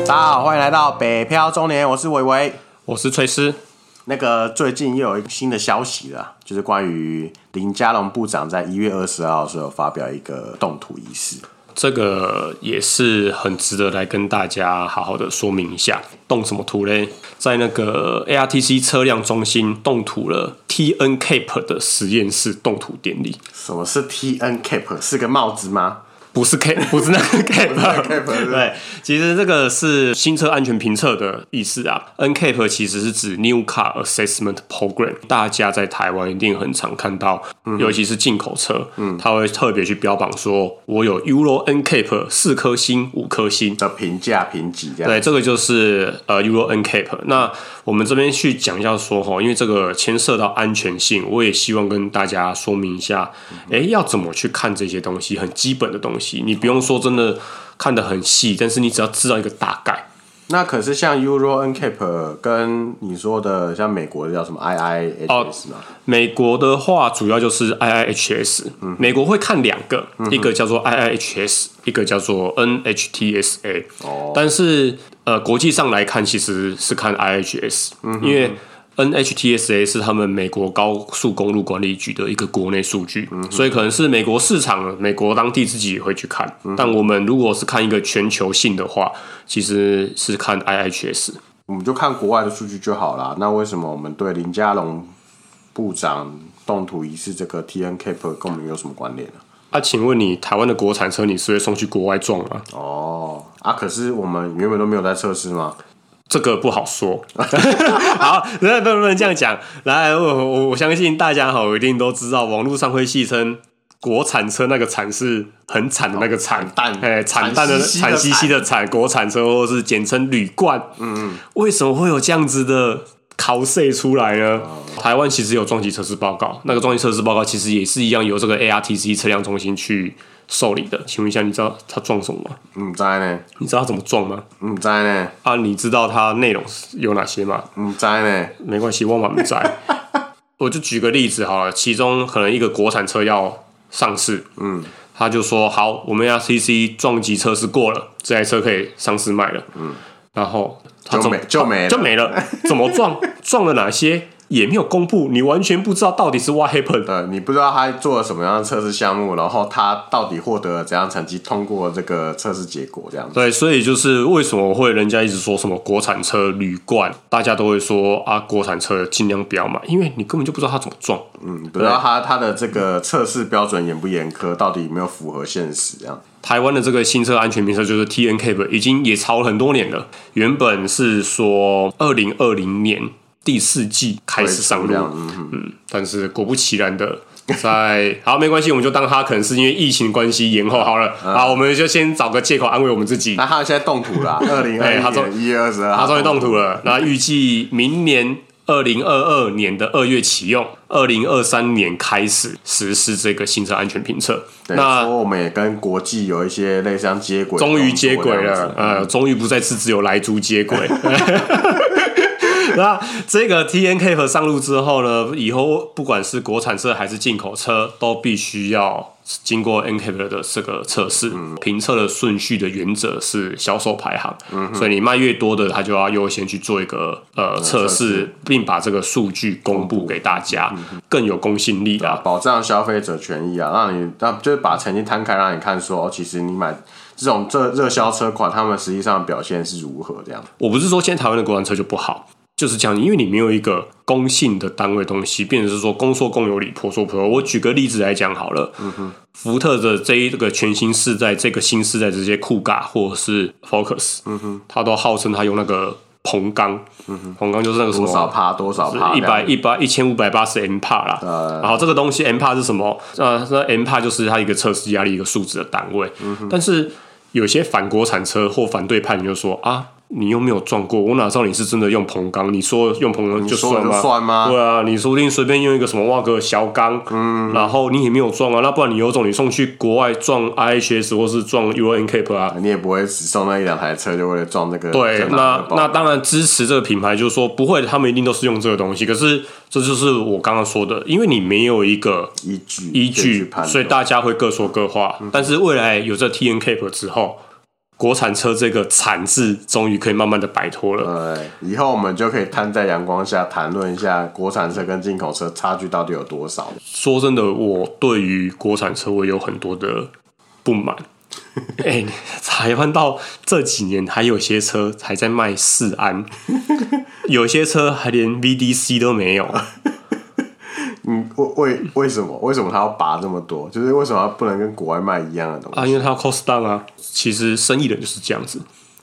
大家好，欢迎来到北漂中年，我是伟伟。我是崔师，那个最近又有一个新的消息了，就是关于林佳龙部长在一月二十号的时候发表一个动土仪式。这个也是很值得来跟大家好好的说明一下，动什么土嘞？在那个 ARTC 车辆中心动土了 TN Cape 的实验室动土典礼，什么是 TN Cap？是个帽子吗？不是 Cape，不是 那个 Cape， Cape，对对，其实这个是新车安全评测的意思啊。N Cape 其实是指 New Car Assessment Program，大家在台湾一定很常看到，尤其是进口车，嗯，他会特别去标榜说，我有 Euro N Cape 四颗星、五颗星，的评价评级这样。对，这个就是呃 Euro N Cap。那我们这边去讲一下说哈，因为这个牵涉到安全性，我也希望跟大家说明一下，诶，要怎么去看这些东西，很基本的东西，你不用说真的看得很细，但是你只要知道一个大概。那可是像 Euro N Cap 跟你说的像美国的叫什么 IIHS 嘛？美国的话，主要就是 IIHS，、美国会看两个，一个叫做 IIHS，一个叫做 NHTSA。哦但是呃，国际上来看，其实是看 IHS，、因为 NHTSA 是他们美国高速公路管理局的一个国内数据，所以可能是美国市场、美国当地自己也会去看。但我们如果是看一个全球性的话，其实是看 IHS。我们就看国外的数据就好啦。那为什么我们对林佳龙部长动土仪式这个 TN Cap 跟我们有什么关联呢、啊，请问你台湾的国产车，你是会送去国外撞吗？哦，啊，可是我们原本都没有在测试吗？这个不好说。 好，那不能不能这样讲。来，我我我相信大家好，一定都知道，网络上会戏称国产车那个“产”是很惨的那个“惨”，惨淡哎，惨淡的惨兮兮的惨兮兮的“惨”，国产车或是简称“铝罐”。嗯嗯，为什么会有这样子的？考试出来呢？台湾其实有撞击测试报告，那个撞击测试报告其实也是一样由这个 ARTC 测量中心去受理的。请问一下，你知道他撞什么吗？嗯，在呢，你知道他怎么撞吗？嗯，在呢，啊，你知道它内容是有哪些吗？嗯，在呢，没关系，我满 不在。我就举个例子好了，其中可能一个国产车要上市，嗯，他就说好，我们要 CC 撞击测试过了，这台车可以上市卖了，嗯，然后他就怎么没就没就了。没了，怎么 撞，撞了哪些也没有公布，你完全不知道到底是 what happened。呃，你不知道他做了什么样的测试项目，然后他到底获得了怎样成绩，通过这个测试结果这样子。对，所以就是为什么会人家一直说什么国产车铝罐，大家都会说啊，国产车尽量不要买，因为你根本就不知道它怎么撞。嗯，不知道他他的这个测试标准严不严苛，到底有没有符合现实这样。台湾的这个新车安全评测就是 T N K 已经也炒了很多年了。原本是说二零二零年第四季开始上这路，样嗯但是果不其然的，在好没关系，我们就当它可能是因为疫情关系延后好了。啊，我们就先找个借口安慰我们自己。那他现在动土 啦，二零二一哎他终年一月二十二，它终于动土了，那预计明年。二零二二年的二月启用，二零二三年开始实施这个新车安全评测。对。那那我们也跟国际有一些类似像接轨的动作终这样于子，接轨了，呃，终于不再是只有来猪接轨。 那这个 TNK 和上路之后呢，以后不管是国产车还是进口车，都必须要经过 NCAP 的这个测试。评测的顺序的原则是销售排行，所以你卖越多的，它就要优先去做一个呃测试，嗯并把这个数据公布给大家，更有公信力啊啦。保障消费者权益啊，让你让就是把成绩摊开，让你看说，哦，其实你买这种热热销车款，他们实际上表现是如何这样。我不是说现在台湾的国产车就不好，就是这样，因为你没有一个公信的单位东西，变成是说公说公有理，婆说婆有理。我举个例子来讲好了，福特的这一个全新世代，这个新世代这些酷咖或者是 Focus，嗯哼，它都号称它用那个硼钢，嗯哼，硼钢就是那个什么多少趴多少趴，一百一百一千五百八十 M 帕啦。呃然后这个东西 M 帕是什么？呃，那 M 帕就是它一个测试压力一个数值的单位。嗯但是有些反国产车或反对派，你就说啊。你又没有撞过，我哪知道你是真的用硼钢？你说用硼钢就说算就吗？算吗对啊，你说不定随便用一个什么挖个小钢，嗯，然后你也没有撞啊，那不然你有种你送去国外撞 IHS 或是撞 UN Cape 啊，你也不会只送那一两台车，就为了撞这个对这，个那包那当然支持这个品牌，就是说不会，他们一定都是用这个东西。可是这就是我刚刚说的，因为你没有一个依据依可以去据判，断，嗯所以大家会各说各话。但是未来有这 T N Cap 之后，国产车这个产字终于可以慢慢的摆脱了。对，以后我们就可以摊在阳光下谈论一下国产车跟进口车差距到底有多少。说真的，我对于国产车我有很多的 不满。哎、裁判到这几年还有些车还在卖 四安，有些车还连 VDC 都没有。嗯，为为为什么为什么它要拔这么多？就是为什么它不能跟国外卖一样的东西？啊，因为它要 cost down 啊。其实生意人就是这样子，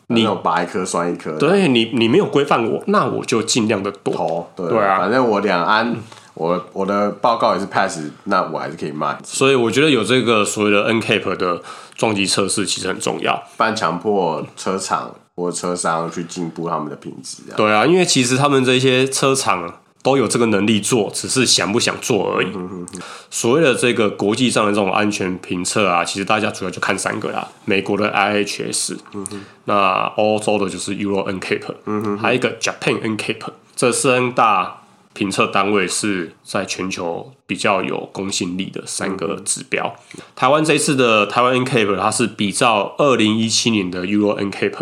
那种拔一颗算一颗，对哎你你没有规范我，那我就尽量的多。头对对啊反正我两安，我我的报告也是 pass，那我还是可以卖。所以我觉得有这个所谓的 NCAP 的撞击测试其实很重要。半强迫车厂或车商去进步他们的品质啊。对啊，因为其实他们这些车厂啊都有这个能力做，只是想不想做而已。所谓的这个国际上的这种安全评测啊，其实大家主要就看三个啦，美国的 IHS，、那欧洲的就是 Euro NCAP，、还有一个 Japan NCAP，这三大评测单位是在全球比较有公信力的三个指标。台湾这一次的台湾 NCAP，它是比照二零一七年的 Euro NCAP。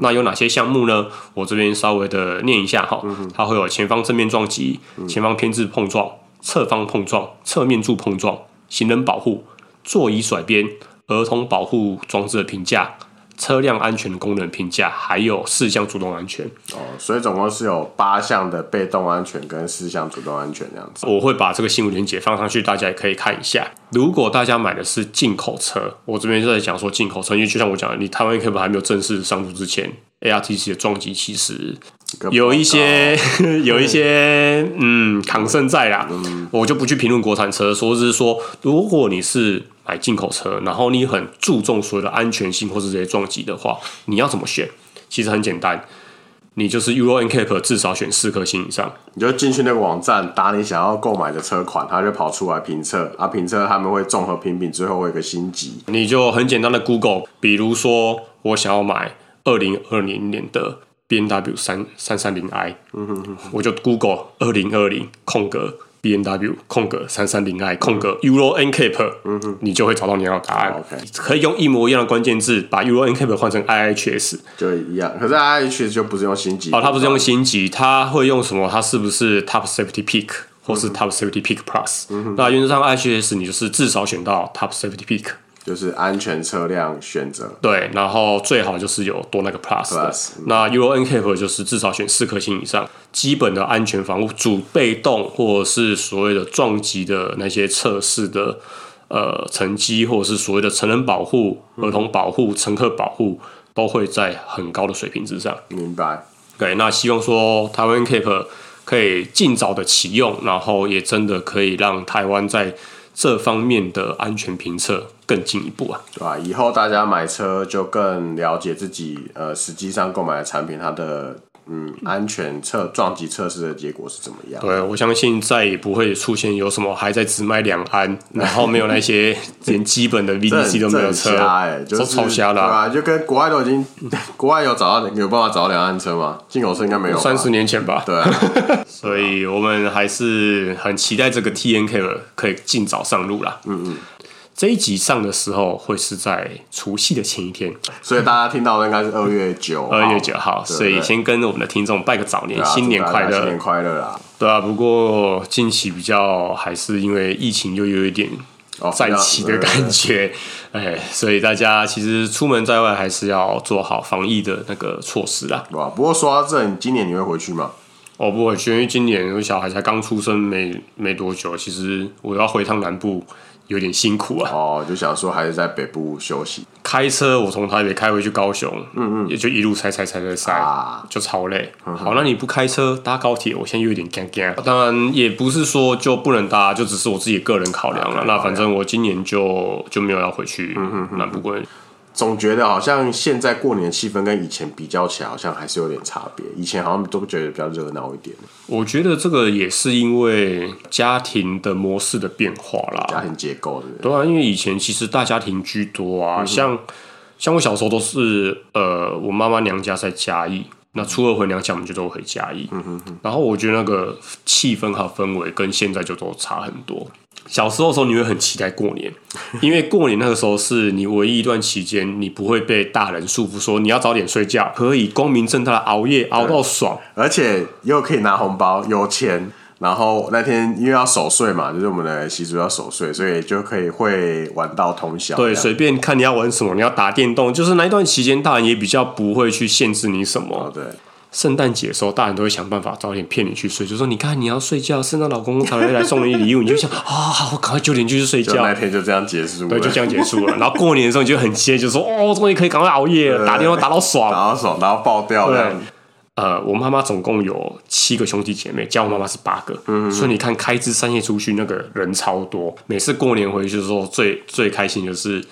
那嗯有哪些项目呢？我这边稍微的念一下哈，它会有前方正面撞击、前方偏置碰撞、侧方碰撞、侧面柱碰撞、行人保护、座椅甩边、儿童保护装置的评价、车辆安全功能评价，还有四项主动安全。哦，所以总共是有八项的被动安全跟四项主动安全这样子。我会把这个新闻链接放上去，大家也可以看一下。如果大家买的是进口车，我这边是在讲说进口车，因为就像我讲的，你台湾 K 本还没有正式上路之前，ARTC 的撞击其实个有一报些 有一些嗯抗胜在啦，我就不去评论国产车，说是说如果你是买进口车，然后你很注重所有的安全性或是这些撞击的话，你要怎么选？其实很简单，你就是 Euro NCAP 至少选四颗星以上。告，你就进去那个网站打你想要购买的车款，它就跑出来评测，啊，评测他们会综合评比，最后会有一个星级。你就很简单的 Google，比如说我想要买二零二零年的 B N W 三三三零 i，嗯哼哼，我就 Google 二零二零空格 B N W 空格三三零 i 空格 Euro N Cap，嗯哼，你就会找到你要的答案。 OK 可以用一模一样的关键字把 Euro N Cap 换成 I H S，就一样，可是 I H 就不是用星级哦，它不是用星级，它会用什么？它是不是 Top Safety Peak 或是 Top Safety Peak Plus？、那原则上 I H S 你就是至少选到 Top Safety Peak。就是安全车辆选择，对，然后最好就是有多那个 Plus 的。 Plus，那 Euro NCAP 就是至少选四颗星以上，基本的安全防护、主被动或者是所谓的撞击的那些测试的呃成绩，或者是所谓的成人保护、儿童保护、乘客保护，都会在很高的水平之上。明白？对，那希望说台湾 Cape 可以尽早的启用，然后也真的可以让台湾在这方面的安全评测更进一步啊。对吧、以后大家买车就更了解自己，呃，实际上购买的产品它的嗯安全测撞击测试的结果是怎么样。对，啊我相信再也不会出现有什么还在只卖两 安，然后没有那些连基本的这很 VDC 都没有车这很，瞎哎，就是都超瞎的对啊、吧？就跟国外都已经， 国外有找到有办法找到两岸车吗？进口车应该没有吧，三十年前吧，对啊，所以我们还是很期待这个 TNK 的可以尽早上路啦。嗯嗯，这一集上的时候会是在除夕的前一天，所以大家听到的应该是二月九，二月九号，对所以对先跟我们的听众拜个早年，对啊新年祝大快家乐，新年快乐啦！对啊，不过近期比较还是因为疫情又有一点哦再起的感 觉，哎，所以大家其实出门在外还是要做好防疫的那个措施啦。对吧？不过说到这，你今年你会回去吗？我不回去，因为今年我小孩才刚出生没没多久，其实我要回趟南部有点辛苦啊。哦，就想说还是在北部休息开车我从台北开回去高雄，嗯嗯，嗯也就一路塞塞塞塞塞，啊就超累。好，那你不开车搭高铁，我现在又有点干干。当然也不是说就不能搭，就只是我自己个人考量了。那反正我今年就就没有要回去南部过年。总觉得好像现在过年的气氛跟以前比较起来，好像还是有点差别。以前好像都觉得比较热闹一点，我觉得这个也是因为家庭的模式的变化啦。家庭结构的。对啊，因为以前其实大家庭居多啊，像像我小时候都是呃，我妈妈娘家在嘉义，那初二回娘家，我们就都回嘉义。然后我觉得那个气氛和氛围跟现在就都差很多。小时候的时候，你会很期待过年，因为过年那个时候是你唯一一段期间，你不会被大人束缚，说你要早点睡觉，可以光明正大的熬夜，熬到爽。而且又可以拿红包，有钱。然后那天因为要守岁嘛，就是我们的习俗要守岁，所以就可以会玩到通宵这样。对，随便看你要玩什么，你要打电动，就是那一段期间，大人也比较不会去限制你什哦么。对，圣诞节的时候，大人都会想办法早点骗你去睡，就说你看你要睡觉，圣诞老公公才会来送你礼物，你就想 啊、好，我赶快九点就去睡就觉那。天就这样结束了，对，就这样结束 了。然后过年的时候，你就很期待，就说哦，终于可以赶快熬夜了，打电话打到爽。 然后爽，然后爆掉这样对。，呃，我妈妈总共有七个兄弟姐妹，加我妈妈是八个，所以你看开枝散叶出去那个人超多。每次过年回去的时候，最最开心就是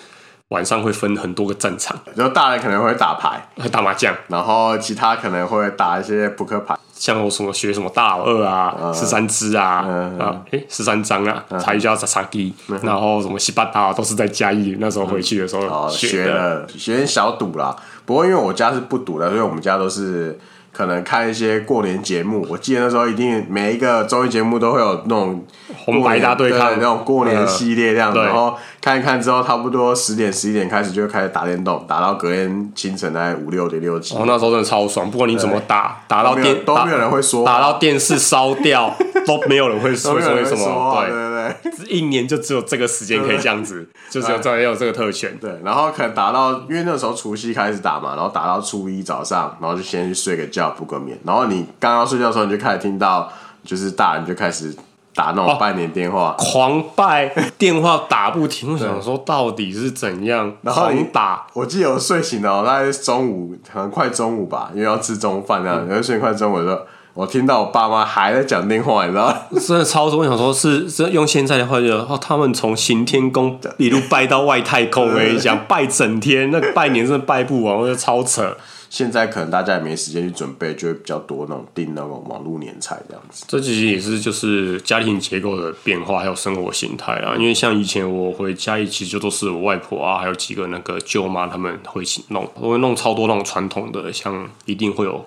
晚上会分很多个战场，就大人可能会打牌，还打麻将，然后其他可能会打一些扑克牌，像我什么学什么大老二啊、十三只啊、啊诶十三张啊，茶余叫啥啥鸡，嗯然后什么西八达啊都是在嘉义那时候回去的时哦，候学的。了学点小赌啦。不过因为我家是不赌的，所以我们家都是可能看一些过年节目。我记得那时候一定每一个综艺节目都会有那种红白大对过抗嗯年那种过年系列这样。对然后看一看之后，差不多十点十一点开始就开始打电动，打到隔天清晨大概五六点六七哦，。那时候真的超爽，不管你怎么打，打到都没有电都打没有人会说话打到电视烧掉都没有人会说 都没有为人什会说话么，对嗯对，对对只一年就只有这个时间可以这样子，就只有这有这个特权。对，然后可能打到，因为那时候除夕开始打嘛，然后打到初一早上，然后就先去睡个觉补个眠，然后你刚刚睡觉的时候，你就开始听到，就是大人就开始打哦那种拜年电话，狂拜电话打不停，我想说到底是怎样？然后你狂打，我记得我睡醒了，大概是中午，可能快中午吧，因为要吃中饭这哦样，然后睡快中午的时候，我听到我爸妈还在讲电话，你知道吗？真的超多。我想说是，这用现在的话就哦，他们从行天宫一路拜到外太空，我跟你讲，拜整天，那个拜年真的拜不完，我觉得超扯。现在可能大家也没时间去准备，就会比较多那种订那种网络年菜这样子。这其实也是就是家庭结构的变化，还有生活形态啊。因为像以前我回家里，其实就都是我外婆啊，还有几个那个舅妈他们会一起弄，我会弄超多那种传统的，像一定会有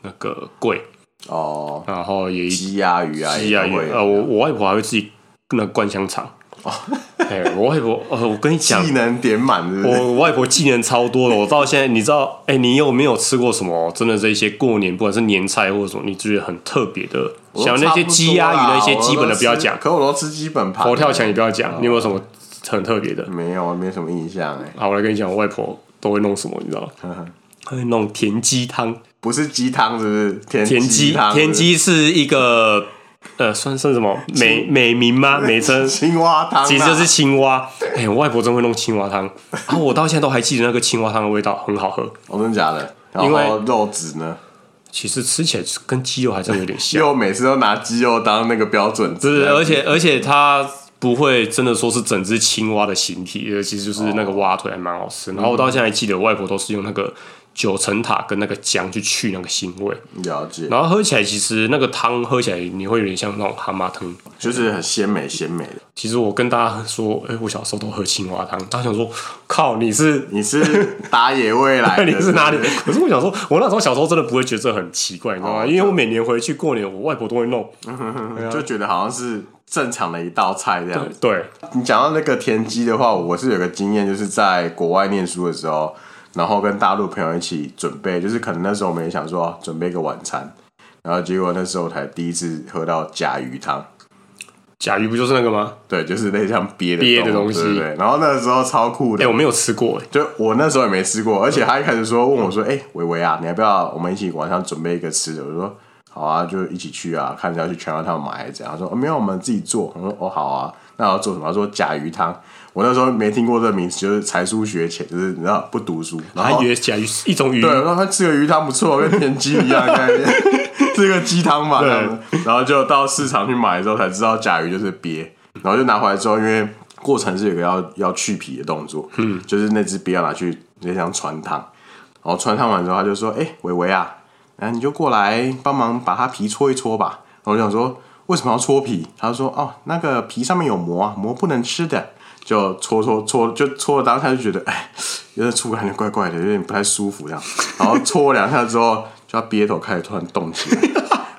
那个柜，哦，然后也一鸡呀、鱼啊，鸡啊，也都也会呃，我我外婆还会自己那个灌香肠。哦，哎，我外婆，呃，我跟你 讲技，能点满，是不是？我外婆技能超多的，我到现在，你知道，哎、你有没有吃过什么？真的这一些过年，不管是年菜或者什么，你觉得很特别的，我都像那些鸡鸭鱼差不多啦那些基本的不要讲我都吃，啊可我都吃基本盘。佛跳墙也不要讲，你有没有什么很特别的？没有，没什么印象哎，好，我来跟你讲，我外婆都会弄什么，你知道吗？嗯她会弄田鸡汤，不是鸡汤是不是？田田鸡鸡汤，田鸡是一个呃，算算什么美美名吗？美称青蛙汤啊，其实就是青蛙。哎、我外婆真会弄青蛙汤，啊，我到现在都还记得那个青蛙汤的味道，很好喝。哦，真的假的？然因为后肉质呢？其实吃起来跟鸡肉还真的有点因像 为，我每次都拿鸡肉当那个标准值，是，而且而且它不会真的说是整只青蛙的形体，呃其实就是那个蛙腿还蛮好吃。然后我到现在还记得，我外婆都是用那个九层塔跟那个姜去去那个腥味，了解，然后喝起来其实那个汤喝起来你会有点像那种蛤蟆汤。就是很鲜美鲜美的。其实我跟大家说，哎、我小时候都喝青蛙汤，大家想说，靠，你是 你是打野未来的，你 是哪里不？可是我想说，我那时候小时候真的不会觉得这很奇怪，你知道吗？因为我每年回去过年，我外婆都会弄。就觉得好像是正常的一道菜这样子。对，你讲到那个田鸡的话，我是有个经验，就是在国外念书的时候，然后跟大陆朋友一起准备，就是可能那时候我们也想说、啊准备一个晚餐，然后结果那时候才第一次喝到甲鱼汤，甲鱼不就是那个吗？对，就是类似像鳖的鳖的东东西对对对然后那时候超酷哎、的，我没有吃过、哎，就我那时候也没吃过，而且他一开始说问我说：“哎、维维啊，你要不要我们一起晚上准备一个吃的？”我说：“好啊，就一起去啊，看你要去全家他们买还是怎样。”他说：“哦，没有，我们自己做。”我说：“哦，好啊，那要做什么？”他说：“甲鱼汤。”我那时候没听过这个名字，就是才疏学浅，就是你知道不读书，然还后以为甲鱼是一种鱼对，。我说他吃个鱼汤不 错，跟田鸡一样的概念， 吃个鸡汤嘛。对他们然后就到市场去买的时候才知道甲鱼就是鳖，然后就拿回来之后，因为过程是有个要要去皮的动作，嗯，就是那只鳖要拿去那像穿烫，然后穿烫完之后他就说：“哎、伟伟啊，然后你就过来帮忙把它皮搓一搓吧。”然后我想说为什么要搓皮？他说：“哦，那个皮上面有膜啊，膜不能吃的。”就搓搓搓，就搓了当下就觉得，哎，有点触感有点怪怪的，有点不太舒服这样。然后搓了两下之后，就他鳖头开始突然动起来，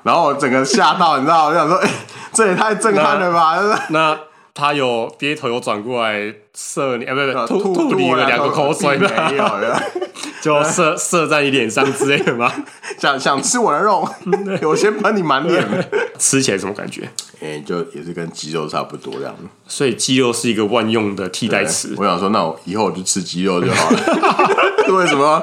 然后我整个吓到，你知道，我就想说， 哎、这也太震撼了吧！就是那他有鳖头有转过来射你，啊，不是不是 吐吐吐你我了两个口水并吗？没有 了， 就射射在你脸上之类的吗？想想吃我的 肉，我先喷你满脸。吃起来什么感觉？哎、就也是跟鸡肉差不多这样。所以鸡肉是一个万用的替代词。我想说，那我以后我就吃鸡肉就好了。 为什么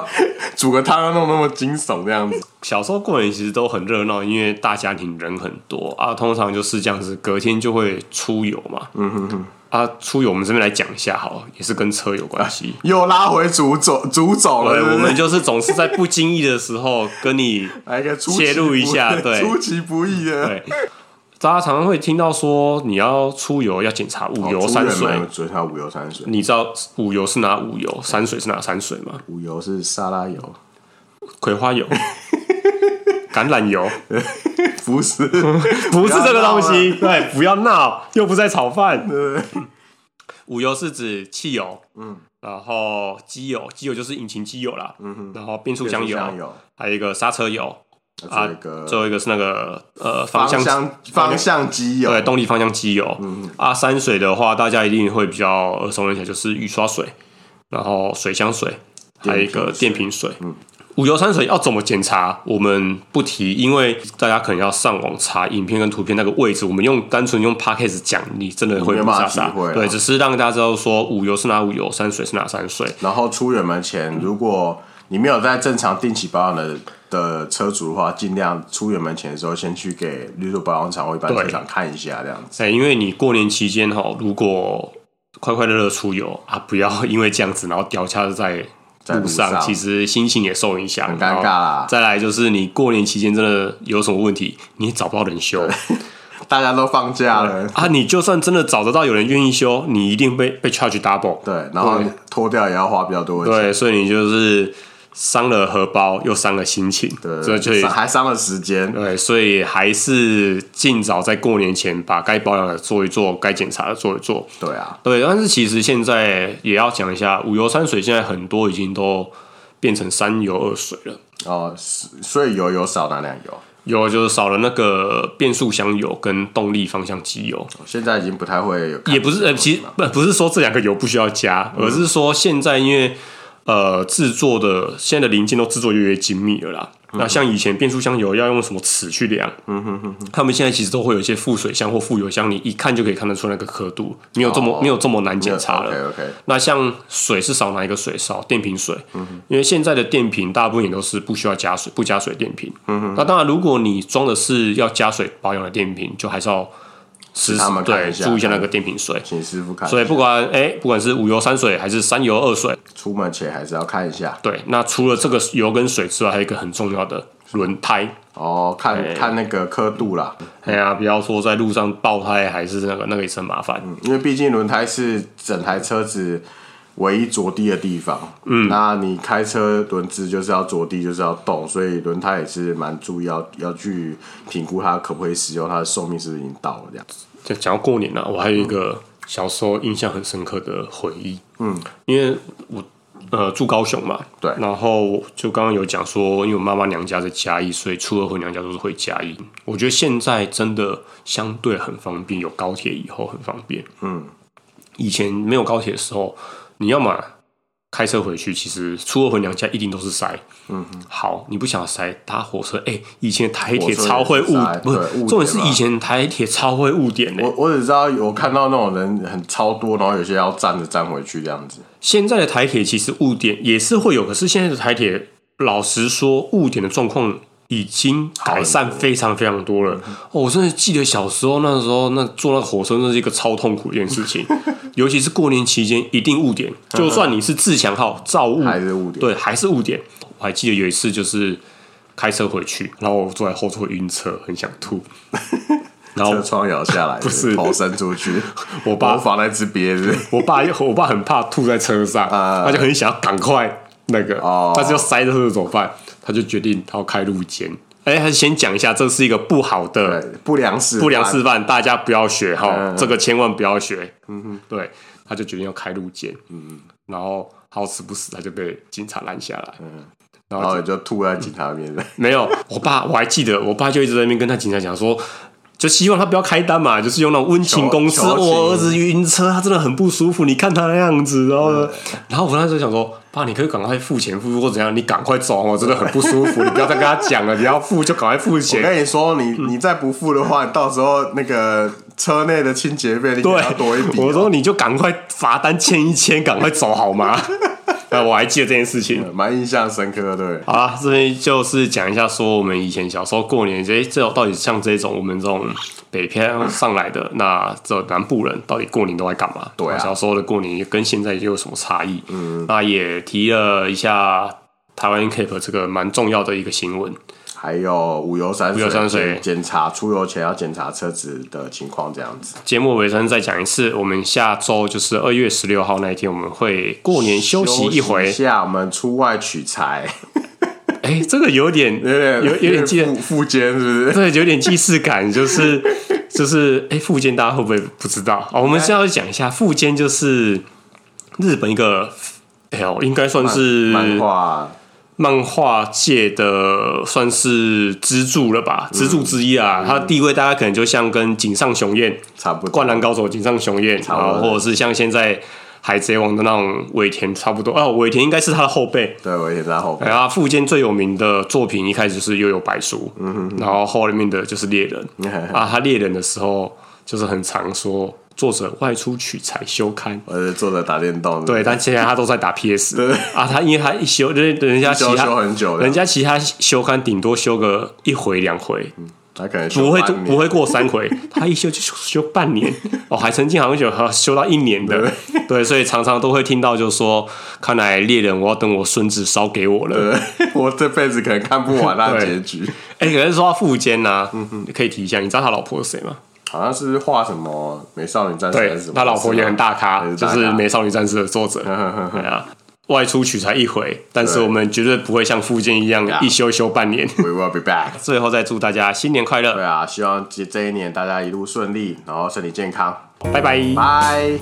煮个汤要弄那么惊悚这样子？小时候过年其实都很热闹，因为大家庭人很多啊，通常就是这样子，隔天就会出游嘛。嗯哼哼。啊，出游我们这边来讲一下好了，也是跟车有关系。又拉回主走主走了，对，是不我是们就是总是在不经意的时候跟你来一个出切入一下 其不对出其不意的。对，大家常常会听到说你要出游要检查五油三猪人水嘛，嘴上五油山水，你知道五油是哪五油，三水是哪三水吗？五油是沙拉油，葵花 油、橄榄油，不 是不是这个不要东西。对，不要啊闹，又不在炒饭。五油是指汽油，嗯，然后机油，机油就是引擎机油啦，嗯然后变速箱油，香油，还有一个刹车油，还有这个最后一个是那个呃方啊方向向方向机油，对，呃动力方向机油。嗯啊，山水的话，大家一定会比较耳熟能详，就是雨刷水，然后水箱水，还有一个电瓶水。嗯五油山水要怎么检查？我们不提，因为大家可能要上网查影片跟图片那个位置。我们用单纯用 p a c k a g e 讲，你真的会没不办法傻傻体会啊对，只是让大家知道说五油是哪五油，山水是哪山水。然后出远门前，如果你没有在正常定期保养的的车主的话，尽量出远门前的时候先去给，例如说保养厂或一般对车厂看一下这样子。哎，因为你过年期间哈，如果快快乐乐出游啊，不要 因为这样子，然后掉价在在路上上，其实心情也受影响，很尴尬啦然后再来就是你过年期间真的有什么问题，你也找不到人 修大家都放假了，啊，你就算真的找得到有人愿意修，你一定被被 charge double。对，然后脱掉也要花比较多的钱，对，所以你就是伤了荷包，又伤了心情，所以就伤还伤了时间。对，所以还是尽早在过年前把该保养的做一做，该检查的做一做。对啊，对，但是其实现在也要讲一下，五油三水现在很多已经都变成三油二水了，哦，是所以油有少哪两油？有就是少了那个变速箱油跟动力方向机油，现在已经不太会有看，啊也不是呃，其实不不是说这两个油不需要加，而是说现在因为呃制作的现在的零件都制作越来越精密了啦。那像以前变速箱油要用什么尺去量，嗯哼哼，他们现在其实都会有一些副水箱或副油箱，你一看就可以看得出那个刻度，没有这哦么、没有这么难检查了。 OK OK，那像水是少哪一个水？少电瓶水，因为现在的电瓶大部分也都是不需要加水，不加水电瓶。嗯那当然，如果你装的是要加水保养的电瓶，就还是要实时他们看对一下注意一下那个电瓶水。请师傅看。所以不管哎、不管是五油三水还是三油二水，出门前还是要看一下对，那除了这个油跟水之外，还有一个很重要的轮胎。哦，看看那个刻度啦，嗯哎呀，不要说在路上爆胎，还是那个那个也是很麻烦。因为毕竟轮胎是整台车子唯一着地的地方。嗯，那你开车轮子就是要着地，就是要动，所以轮胎也是蛮注意要要去评估它可不可以使用，它的寿命是不是已经到了这样。就讲到过年啊了、我还有一个嗯小时候印象很深刻的回忆。嗯，因为我呃住高雄嘛，对然后我就刚刚有讲说，因为我妈妈娘家在嘉义，所以初二回娘家都是回嘉义。我觉得现在真的相对很方便，有高铁以后很方便。嗯，以前没有高铁的时候，你要么开车回去，其实初二回娘家一定都是塞。嗯，好，你不想塞搭火车？哎、以前台铁超会误火车也是塞，不是对误点重点是嘛以前台铁超会误点的、我我只知道我看到那种人很超多，然后有些要站着站回去这样子。现在的台铁其实误点也是会有，可是现在的台铁，老实说，误点的状况已经改善非常非常多了。哦，我真的记得小时候那时候，那坐那个火车，那是一个超痛苦的一件事 情，尤其是过年期间，一定误点。 就算你是自强号，照误还是误点对，还是误点。我还记得有一次就是开车回去，然后我坐在后座晕车，很想吐，然后车窗摇下 来，不哦是头伸出去， 我爸模仿那只鳖子。 我爸我爸很怕吐在车上，啊他就很想要赶快那个，哦但是又塞着车子怎么办？他就决定他要开路肩。哎、他先讲一下，这是一个不好对的，不良示范不良示范，大家不要学哈，嗯这个千万不要学。嗯哼，对，他就决定要开路肩。嗯，然后好死不死，他就被警察拦下来。嗯，然然后后你就吐在警察面前。没有，我爸我还记得，我爸就一直在那边跟他警察讲说，就希望他不要开单嘛，就是用那种温情攻势。求求情我儿子晕车，他真的很不舒服，你看他那样子，然后嗯呢，然后我那时候想说，爸，你可以赶快付钱付或怎样，你赶快走，我真的很不舒服，你不要再跟他讲了，你要付就赶快付我 钱。跟你说，你嗯你再不付的话，你到时候那个车内的清洁费你可能要对，啊多一笔哦。我说你就赶快罚单签一签，赶快走好吗？ 呃，我还记得这件事情。蛮印象深刻，对。好啦，这边就是讲一下说我们以前小时候过年，这这种到底像这种我们这种北漂上来的那这种南部人，到底过年都在干嘛？对啊小时候的过年跟现在又有什么差异？嗯，那也提了一下台湾 Cape 这个蛮重要的一个新闻，还有五油三水，五油三水检查出游前要检查车子的情况，这样子。节目尾声再讲一次，我们下周就是二月十六号那一天，我们会过年休息一休回息。下，我们出外取材，哎、这个有点有点有有点记得附附肩，是不是？对，有点既视感， 就是就是，哎，富坚大家会不会不知道？哦，我们现在要讲一下，富坚就是日本一个，哎呦，应该算是漫画漫画界的算是支柱了嗯吧，支柱之一啊。他地位大家可能就像跟井上雄彦、差不多。灌篮高手井上雄彦，嗯差然不多后或者是像现在海贼王的那种尾田差不多。哦，尾田应该是他的后辈。对，我也在后背。然后富坚最有名的作品一开始就是《悠悠白书》，嗯然后后面的就是《猎人》 啊。他猎人的时候就是很常说作者外出取材休刊，我是坐着打电动，对，，但现在他都在打 PS 对啊。他因为他一休，人人家其休他休很久的人家其他休刊顶多休个一回两回，他可能不会休半年 不会过三回，他一休就休休半年，哦，还曾经好像有好像休到一年的，对，所以常常都会听到就说，看来猎人我要等我孙子烧给我了。对，我这辈子可能看不完那对结局。哎、可是说到富坚呐、嗯可以提一下，你知道他老婆是谁吗？好像是画什么美少女战士还对是什么，他老婆也很大咖，也是就大咖嗯是《美少女战士》的作者。对啊，外出取材一回，但是对我们绝对不会像富坚一样啊一休休半年。 We will be back。最后再祝大家新年快乐对，啊啊，希望这这一年大家一路顺利，然后身体健康，拜拜。拜。